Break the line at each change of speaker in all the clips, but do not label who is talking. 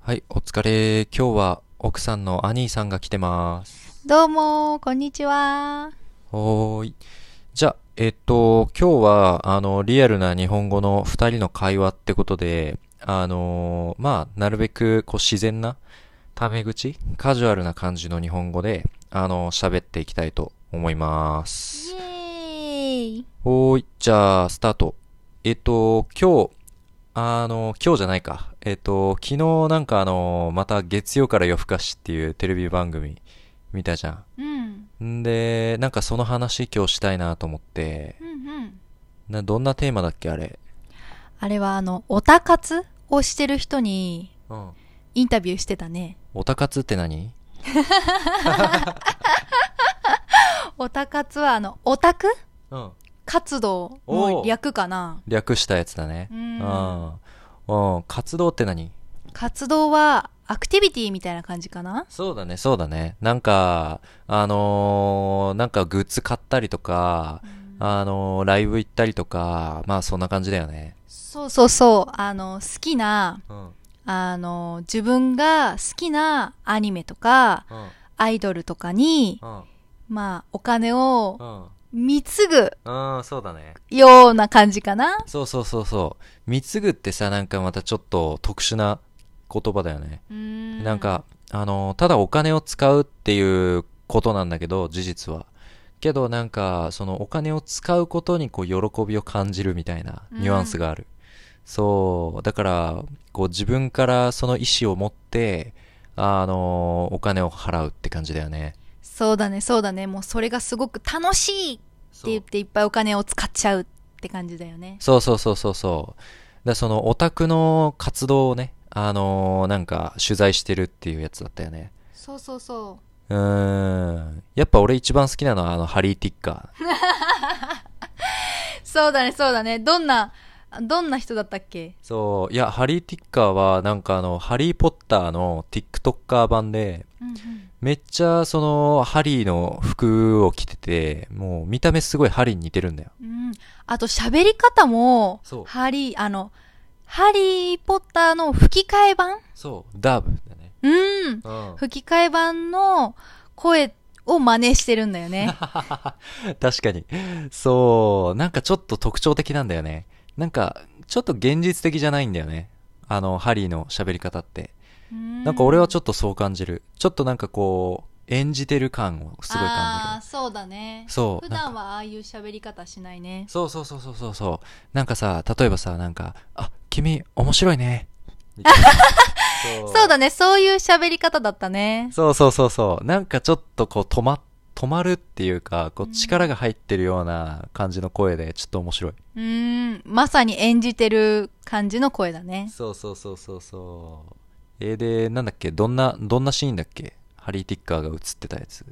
はい、お疲れ。今日は奥さんのアニーさんが来てます。
どうもー、こんにちは。
おーい。じゃあ、えっと、今日は、あの、リアルな日本語の二人の会話ってことで、あのーまあ、なるべく、こう、自然な、タメ口、カジュアルな感じの日本語で、あの、喋っていきたいと思います。
イエーイ。
おーい、じゃあ、スタート。えっと、今日、あの、今日じゃないか。えっと、昨日なんかあの、また月曜から夜更かしっていうテレビ番組見たじゃ
うん、
ん。んで、なんかその話今日したいなと思って、
うん、うん。
な、どんなテーマだっけ、あれ。
あれはあの、オタ活をしてる人に
うん。
インタビューしてたね。
オタ活って何
オタ活はあの、オタク
うん。
活動の略かな。
略したやつだね。
うん
うん。うん。活動って何
活動はアクティビティみたいな感じかな。
そうだね、そうだね。なんか、あのーなんかグッズ買ったりとか、あのーライブ行ったりとか、まあそんな感じだよね。
そうそうそう。あの、好きな、
うん、
あの、自分が好きなアニメとか、
うん、
アイドルとかに、
う
まあ、お金を
ん、
貢ぐ
うん、そうだね。
ような感じかな。
そうそうそうそう。貢ぐってさ、なんかまたちょっと特殊な言葉だよね。
な
なん、か、あの、ただお金を使うっていうことなんだけど、事実は。けどなんか、そのお金を使うことにこう、喜びを感じるみたいなニュアンスがある。そう。だから、こう、自分からその意思を持って、あの、お金を払うって感じだよね。
そうだね、そうだね。もうそれがすごく楽しいって言っていっぱいお金を使っちゃうって感じだよね。
そうそうそうそうそう。だそのオタクの活動をね、あのなんか取材してるっていうやつだったよね。
そうそうそう。
うーん。やっぱ俺一番好きなのはあの、ハリー・ティッカ ー。
そうだね、そうだね。どんな、どんな人だったっけ
そう。いや、ハリー・ティッカーはなんかあの、ハリー・ポッターの TikToker 版で、
うんうん。
めっちゃその、ハリーの服を着てて、もう見た目すごいハリーに似てるんだよ。
うん、あと喋り方も
そう、
ハリー、あの、ハリーポッターの吹き替え版
そう。ダブだね。
うん。
うん。
吹き替え版の声を真似してるんだよね。
確かに。そう、なんかちょっと特徴的なんだよね。なんか、ちょっと現実的じゃないんだよね。あの、ハリーの喋り方って。
な
なんか俺はちょ
ょっ
っとそう感じる。ちょっとなんかこう、演じてる感をすごい
あ
感
あー、そうだね
じる。。そう。
普
なんか
段はああいう喋り方しないね。
そうそうそうそうそうそう。なんかさ、例えばさ、なんか、あ、君、面白いね。みたいな
そうだね、そういう喋り方だったね。
そうそうそうそう。なんかちょっとこう止ま、止まるっていうか、こう力が入ってるような感じの声で、ちょっと面白い。
うーん、まさに演じてる感じの声だね。
そうそうそうそうそう。えーで、なんだっけ、どんな、どんなシーンだっけハリー・ティッカーが映ってたやつ。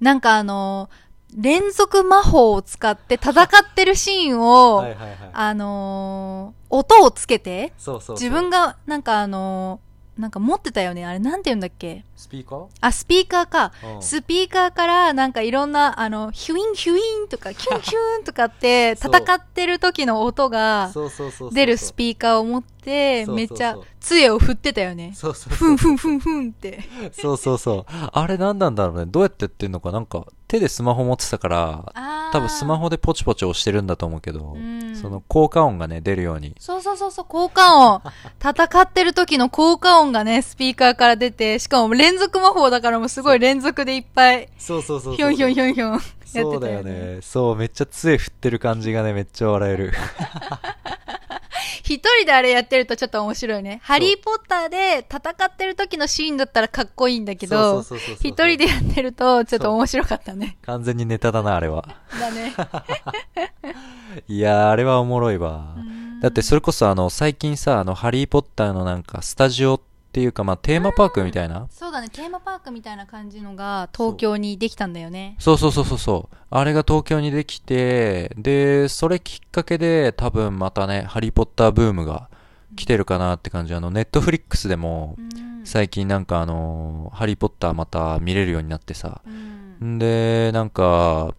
なんかあの、連続魔法を使って戦ってるシーンを、
はいは
あのー音をつけて、
そうそ
自分が、なんかあのーなんか持ってたよね。あれなんて言うんだっけ
スピーカー
あ、スピーカーか。
うん
スピーカーからなんかいろんな、あの、ヒュインヒュインとか、キュンキュンとかって、
そ
戦
う
ってる時の音が、
そうそうそうそう
出るスピーカーを持って、
そうそう
めっちゃ
そう
杖を振ってたよね。
そうそう
ふんふんふんふんって。
そうそうそう。あれ何なんだろうね。どうやってやってんのか。なんか、手でスマホ持ってたから、
あ ー
多分スマホでポチポチ押してるんだと思うけど、
うん
その効果音がね、出るように。
そうそうそうそう、効果 音。戦ってる時の効果音がね、スピーカーから出て、しかも連続魔法だからもうすごい連続でいっぱい、
そうそうそ
ひょんひょんひ
ょん。
ょんひょんやってた
そう
よ
だよ
ね。
ね。そう、めっちゃ杖振ってる感じがね、めっちゃ笑える。
一人であれやってるとちょっと面白いね。ハリーポッターで戦ってる時のシーンだったらかっこいいんだけど、
そうそうそうそうそう
一人でやってるとちょっと面白かったね。
完全にネタだな、あれは。
だ ね。
いやー、あれはおもろいわ
う。ん
だってそれこそあの、最近さ、あの、ハリーポッターのなんか、スタジオっていうか、まあ、テーマパークみたいな。
そうだね、テーマパークみたいな感じのが東京にできたんだよね。
そうそうそうそうそう。あれが東京にできて、で、それきっかけで多分またね、ハリーポッターブームが来てるかなって感じ。あの、ネットフリックスでも
う、ん
最近なんかあの、ハリーポッターまた見れるようになってさ。
うん
んで、なんか、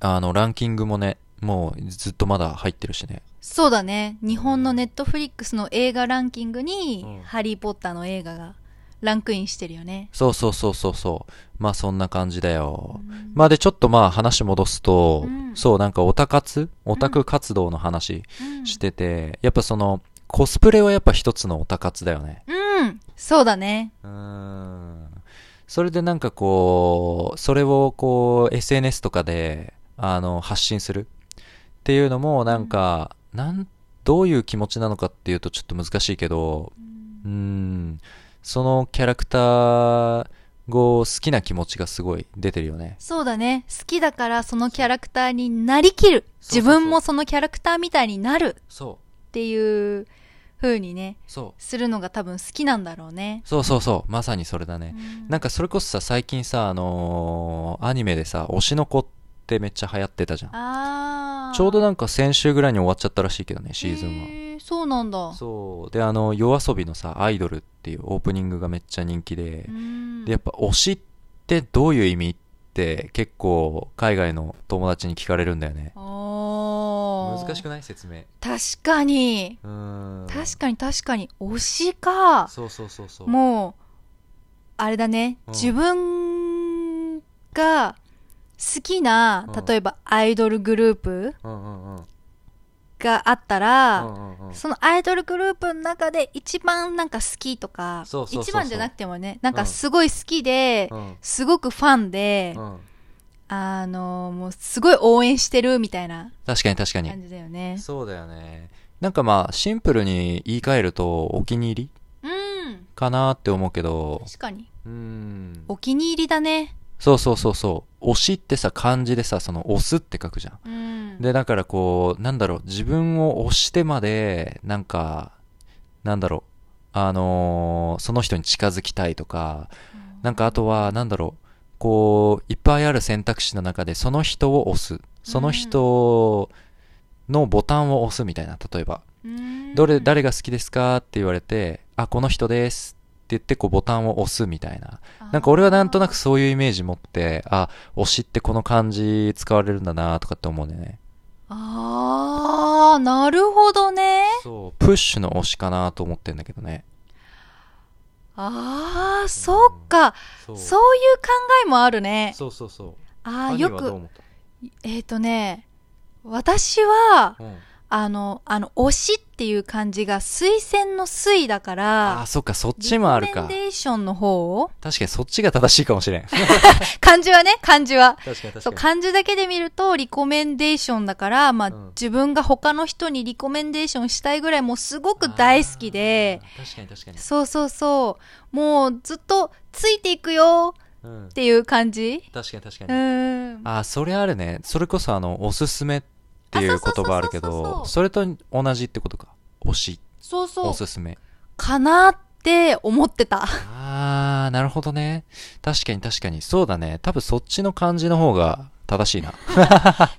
あの、ランキングもね、もうずっとまだ入ってるしね。
そうだね。日本のネットフリックスの映画ランキングに、
うん
ハリーポッターの映画がランクインしてるよね。
そうそうそうそうそう。まあそんな感じだよ。
うん
まあでちょっとまあ話戻すと、
うん
そうなんかオタ活オタク活動の話
うん
してて、やっぱそのコスプレはやっぱ一つのオタ活だよね。
うん。そうだね。
うーんそれでなんかこう、それをこう、SNS とかで、あの、発信するっていうのも、なんか、なん、どういう気持ちなのかっていうとちょっと難しいけど、うーん、そのキャラクターを好きな気持ちがすごい出てるよね。
そうだね。好きだからそのキャラクターになりきる。
そうそうそう
自分もそのキャラクターみたいになる
そ
っていう風にね、
う、そう。
するのが多分好きなんだろうね。
そうそうそう、まさにそれだね。なんかそれこそさ、最近さ、あのーアニメでさ、推しの子ってめっちゃ流行ってたじゃん。
あー
ちょうどなんか先週ぐらいに終わっちゃったらしいけどね、シーズンは。
へーそうなんだ。
そう。で、あの、夜遊びのさ、アイドルっていうオープニングがめっちゃ人気で
う、ん
で、やっぱ推しってどういう意味って結構海外の友達に聞かれるんだよね。
おー
難しくない説明。
確かに。
うーん。
確かに確かに。推しか。
そうそうそうそう。
もう、あれだね。
うん
自分が好きな
うん、
例えばアイドルグループ
うんうんうん。
があった
う
ら、
んうんうん
そのアイドルグループの中で一番なんか好きとか
そう、そうそうそう
一番じゃなくてもね、なん
う
か
ん
すごい好きで、
うん
すごくファンで、
うん
あの、もうすごい応援してるみたいな
確かに確か
感
に。
じだよね。
そうだよね。なんかまあ、シンプルに言い換えると、お気に入り
うん。
かなって思うけど、
確かに。
うーん。
お気に入りだね。
そうそうそうそう。推しってさ、漢字でさ、その、押すって書くじゃん。
うん。
で、だからこう、なんだろう、自分を押してまで、なんか、なんだろう、あのーその人に近づきたいとか、なんかあとは、なんだろう、こう、いっぱいある選択肢の中で、その人を押す。その人のボタンを押すみたいな、例えば。
うん
どれ、誰が好きですかって言われて、あ、この人ですって言って、こう、ボタンを押すみたいな。なんか俺はなんとなくそういうイメージ持って、あ、推しってこの漢字使われるんだなとかって思うんだよね。
あーあー、なるほどね。
そう。プッシュの推しかなと思ってんだけどね。
ああ、そっか。
そ
そういう考えもあるね。
そうそうそう。
ああ、よく、
思っ
えっ、とね、私は、
た、うん、
あの、あの、推しっていう漢字が推薦の推だか
あ
ら
あ、、そっか、そっちもある
リコメン
か。
デーションの方
確かにそっちが正しいかもしれん。確
漢字はね、漢字は。
かに確かに。
そう、漢字だけで見ると、リコメンデーションだから、まあ、
うん
自分が他の人にリコメンデーションしたいぐらい、もうすごく大好きで、
あー。確かに確かに。
そうそうそう、もうずっとついていくよ
うん
っ。ていう感じ
確かに確か
う
に。
ーん。
ああ、それあるね。それこそあの、おすすめっていう言葉あるけ
あそうそうそうそうそ
ど、
う
それと同じってことか。推し、
そうそ
お
う。
すすめ。
かなって思ってた。
あー、なるほどね。確かに確かに。そうだね。多分そっちの感じの方が正しいな。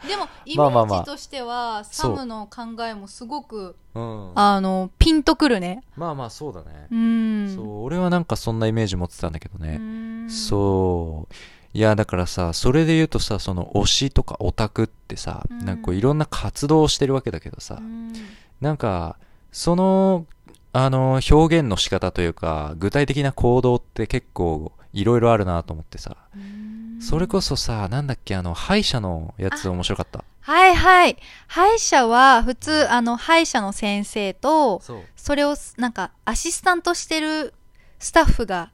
でも、イメ
まあまあまあ
ージとしては、サムの考えもすごく、
うん。
あの、ピンとくるね。
まあまあそうだね
う。ーん。
そう、俺はなんかそんなイメージ持ってたんだけど
う
ね。
ーん。
そう。いや、だからさ、それで言うとさ、その推しとかオタクってさ、
うん
なんかこういろんな活動をしてるわけだけど
う
さ
ー、ん。
なんか、その、あの、表現の仕方というか、具体的な行動って結構いろいろあるなと思ってさ、
うーん
それこそさ、なんだっけ、あの、歯医者のやつ面白かった。
はいはい。歯医者は、普通、あの、歯医者の先生と、
そう。
それをす、なんか、アシスタントしてるスタッフが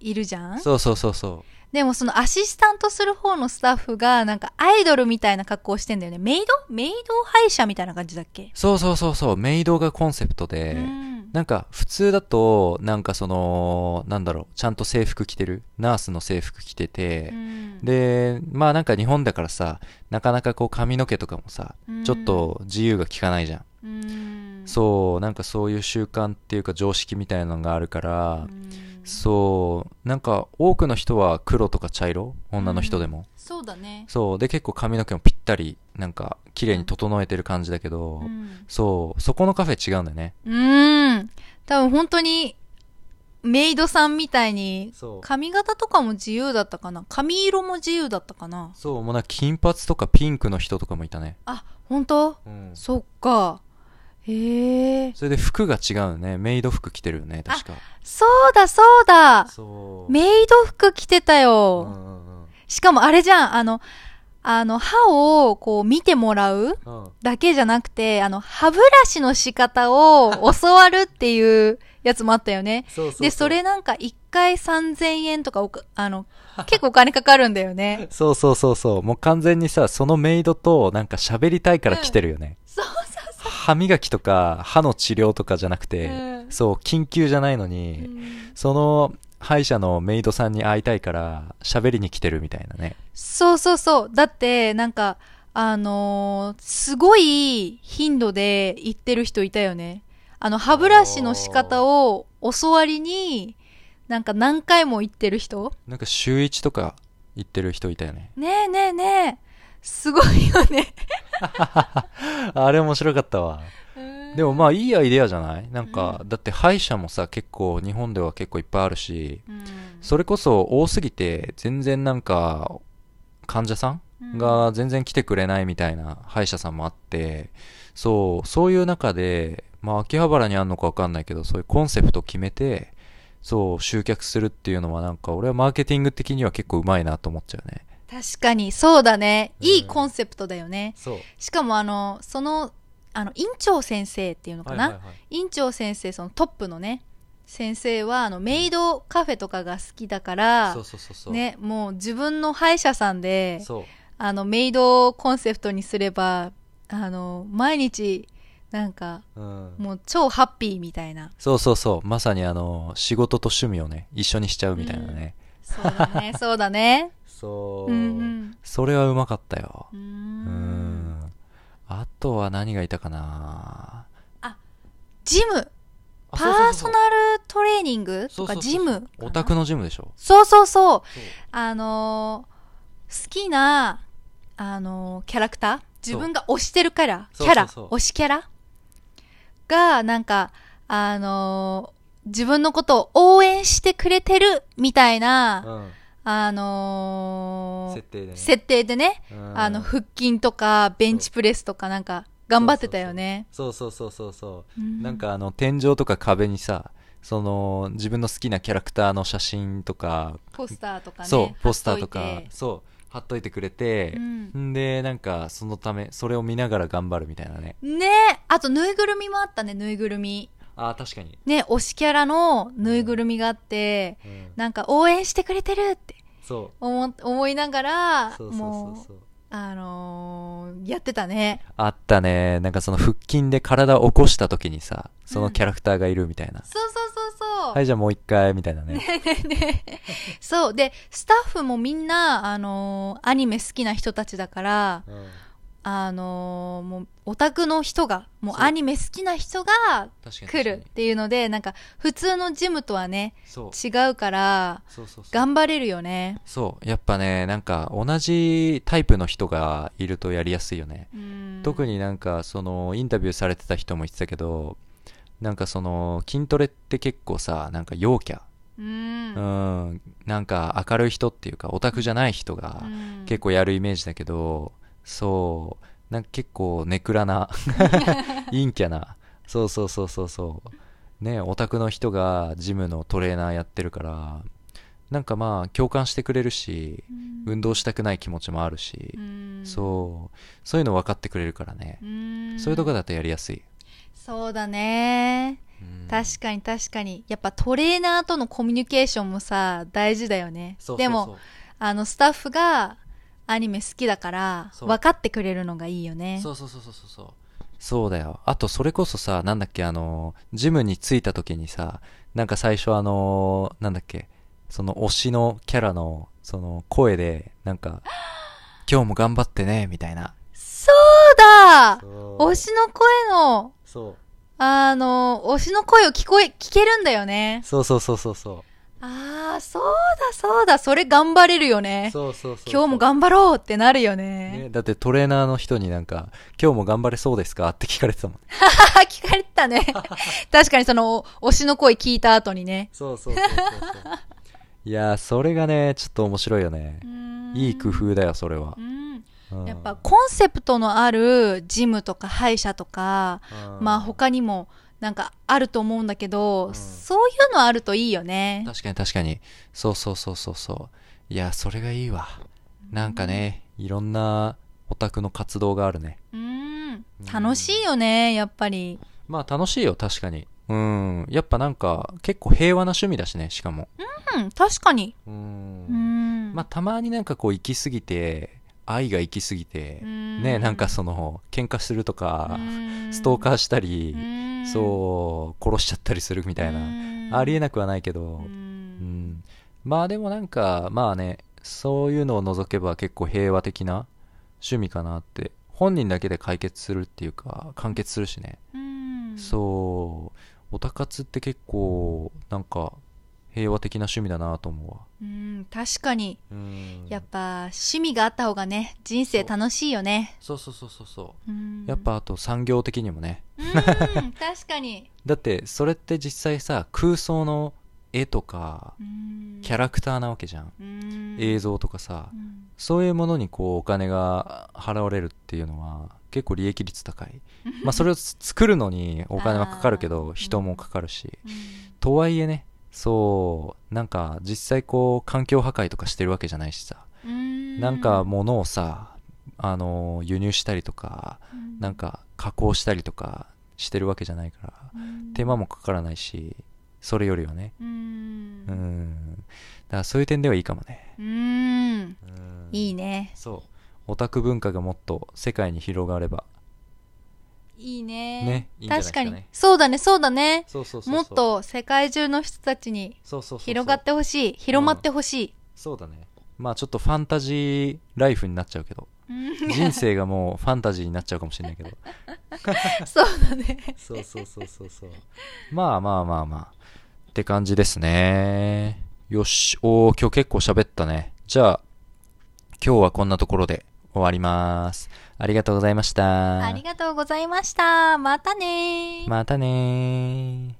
いるじゃん
そうそうそうそ
でも、そのアシスタントする方のスタッフが、なんか、アイドルみたいな格好をしてんだよね。メイドメイド歯医者みたいな感じだっけ
う。そうそうそうそう、メイドがコンセプトで、
うん
なんか普通だと、なんかその、なんだろう、ちゃんと制服着てる、ナースの制服着てて
う、ん
で、まあなんか日本だからさ、なかなかこう髪の毛とかもさ、ちょっ、と自由が利かないじゃん。
うん
そう、なんかそういう習慣っていうか常識みたいなのがあるから、
うん
そう、なんか多くの人は黒とか茶色女の人でも。
そうだね。
そう、で結構髪の毛もぴったり、なんか綺麗に整えてる感じだけど、
うん。
そう、そこのカフェ違うんだよね。
うん。多分本当に、メイドさんみたいに、
そう
髪型とかも自由だったかな髪色も自由だったかな
そう、もうなんか金髪とかピンクの人とかもいたね。
あ、本当
うん、
そっか。ええ
それで服が違うよねメイド服着てるよね確か
そうだそうだ
そう
メイド服着てた
う
よ。
んうんうん
しかもあれじゃん、あの、あの、歯をこう見てもらう
うん
だけじゃなくて、あの、歯ブラシの仕方を教わるっていうやつもあったよね。
そうそうそう。
で、それなんか一回3000円とかおか、あの、結構お金かかるんだよね
そうそうそうそうもう完全にさそのメイドとなんか喋りたいから来てるよね、
そうそうそ
歯磨きとか歯の治療とかじゃなくて、
うん
そう緊急じゃないの
う。
に、
うん
その歯医者のメイドさんに会いたいから喋りに来てるみたいなね
そうそうそう。だって、なんか、あのーすごい頻度で行ってる人いたよね。あの、歯ブラシの仕方を教わりに、なんか何回も行ってる人
なんか週一とか行ってる人いたよね
ねえねえねえ。すごいよね。
あれ面白かったわでもまあいいアイデアじゃないなんか、
う
だって歯医者もさ結構日本では結構いっぱいあるし
うん、
それこそ多すぎて全然なんか患者さん
うん
が全然来てくれないみたいな歯医者さんもあって、そう、そういう中で、まあ秋葉原にあるのかわかんないけど、そういうコンセプト決めて、そう、集客するっていうのはなんか俺はマーケティング的には結構うまいなと思っちゃうね。
確かに、そうだね。いい
うん
コンセプトだよね。
そう。
しかもあの、その、あの、院長先生っていうのかな、院長先生そのトップのね先生はあのメイドカフェとかが好きだから
そうそうそうそう。。
ね、もう自分の歯医者さんで
そう。
あのメイドをコンセプトにすればあの毎日なんか
うん。
もう超ハッピーみたいな
そうそうそう。まさにあの、仕事と趣味をね、一緒にしちゃうみたいなね。
そうだ ねそうだね
そ
うんうん
それはうまかったよ。
うー
うんん。あとは何がいたかな
ジムパーソナルトレーニングとかジムかな
オタクのジムでしょ
そうそうそうあのー好きな、あのーキャラクター自分が推してるキャラ
そ
キ
うそうそう
ャラ
そう
推しキャラが、なんか、あのー自分のことを応援してくれてるみたいな、
ん、
あのー
設定でね
設定でね、
うん
あの、腹筋とか、ベンチプレスとかなんか、頑張ってたよね。
そうそうそうそうそう、
うん
なんかあの天井とか壁にさその自分の好きなキャラクターの写真とか、
ポスターとかね。
そうポスターと
貼っ
か
いて
そう貼っといてくれて、
うん
んでなんかそのためそれを見ながら頑張るみたいなね
ねあと、ぬいぐるみもあったね、ぬいぐるみ。
あー確かに、
ね、推しキャラのぬいぐるみがあって、
うん
なんか応援してくれてるって
そ
思思いながら
う、そうそうそう
も、
そうう
あのーやってたね。
あったねなんかその腹筋で体を起こした時にさそのキャラクターがいるみたいな、
そうそうそうそう。
はいじゃあもう一回みたいなね
そう。 で、スタッフもみんな、あのーアニメ好きな人たちだから、
うん
あのーもう、オタクの人が、もう
そう
アニメ好きな人が
確かに
来るっていうので、なんか、普通のジムとはね、
そう
違うから、
そうそうそう
頑張れるよね。
そうやっぱねなんか同じタイプの人がいるとやりやすいよね、
うん
特になんかそのインタビューされてた人も言ってたけどなんかその筋トレって結構さなんか陽キャ
うん
う。ん、なんか明るい人っていうかオタクじゃない人が
うん
結構やるイメージだけど、そうなんか結構ネクラ な陰キャなそうそうそうそうそうねオタクの人がジムのトレーナーやってるからなんかまあ共感してくれるし運動したくない気持ちもあるし、そうそういうの分かってくれるからね
う、ん
そういうとこだとやりやすい、
そうだね確かに確かにやっぱトレーナーとのコミュニケーションもさ大事だよねでもあのスタッフがアニメ好きだから
そう
分かってくれるのがいいよね
そうそうそうそうそうそうそうだよあとそれこそさなんだっけあのジムに着いた時にさなんか最初あのなんだっけその推しのキャラのその声でなん か「今日も頑張ってね」みたいな
そうだ推
推
しの声の
そう
あの推しの声を聞こえ聞けるんだよね
そうそうそうそうそう
ああそうだそうだそれ頑張れるよね
そうそうそう
今日も頑張ろうってなるよ
ね
ね
だってトレーナーの人になんか「今日も頑張れそうですか?」って聞かれてたもん
あ聞かれてた ね確かにその推しの声聞いた後にね
そうそうそうそうそう いやーそれがねちょっと面白いよねいい工夫だよそれは
うん
うん
やっぱコンセプトのあるジムとか歯医者とか、
うん
まあ他にもなんかあると思うんだけど、
うん
そういうのあるといいよね。
確かに確かに。そうそうそうそうそう。いや、それがいいわ。なんかね、いろんなオタクの活動があるね。
うん。楽しいよね、やっぱり。
まあ楽しいよ、確かに。うん。やっぱなんか、結構平和な趣味だしね、しかも。
うん、確かに。
う。
うんん。
まあたまになんかこう行き過ぎて、愛が行き過ぎて、ね、なんかその、喧嘩するとか、ストーカーしたり、
ー
そう、殺しちゃったりするみ
うん。
たいな。
な
ありえ
な
なくはないけど
い。
うん、まあでもなんかまあねそういうのを除けば結構平和的な趣味かなって本人だけで解決するっていうか完結するしね、
うん。
そうオタ活って結構なんか平和的な趣味だなと思うわ
うん、確かに。
うん
やっぱ趣味があった方がね、人生楽しいよね。
そうそうそうそうそう
うん
やっ。ぱあと産業的にもね
うん、確 かに。
だってそれって実際さ空想の絵とかキャ
ラ、
ラクターなわけじゃん、
うん
映像とかさ、
うん
そういうものにこうお金が払われるっていうのは結構利益率高 い。まあそれを作るのにお金はかかるけ
あ
ど
ー
人もかかるし。
うん
とはいえね、そう、なんか実際こう環境破壊とかしてるわけじゃないしさ。
うん
なんか物をさ、あの、輸入したりとか、なんか加工したりとかしてるわけじゃないから、手間もかからないし、それよりはね。
うん
う。ん。だからそういう点ではいいかもね。
うん。いい
ね。
ね。
そう。オタク文化がもっと世界に広がれば
いい
ね
ね。
いいんじゃないです
確
か
か
ね
に。そうだね、そうだね。
そうそうそうそう
もっと世界中の人たちに
そうそうそうそう
広がってほしい。広まってほし
そうだねまあちょっとファンタジーライフになっちゃうけど
い。 うん
人生がもうファンタジーになっちゃうかもしれないけど
そうだね。
そうそうそうそうそうまあまあまあまあって感じですねよしおー今日結構喋ったねじゃあ今日はこんなところで終わりますありがとうございました
ありがとうございました。またねー。
またねー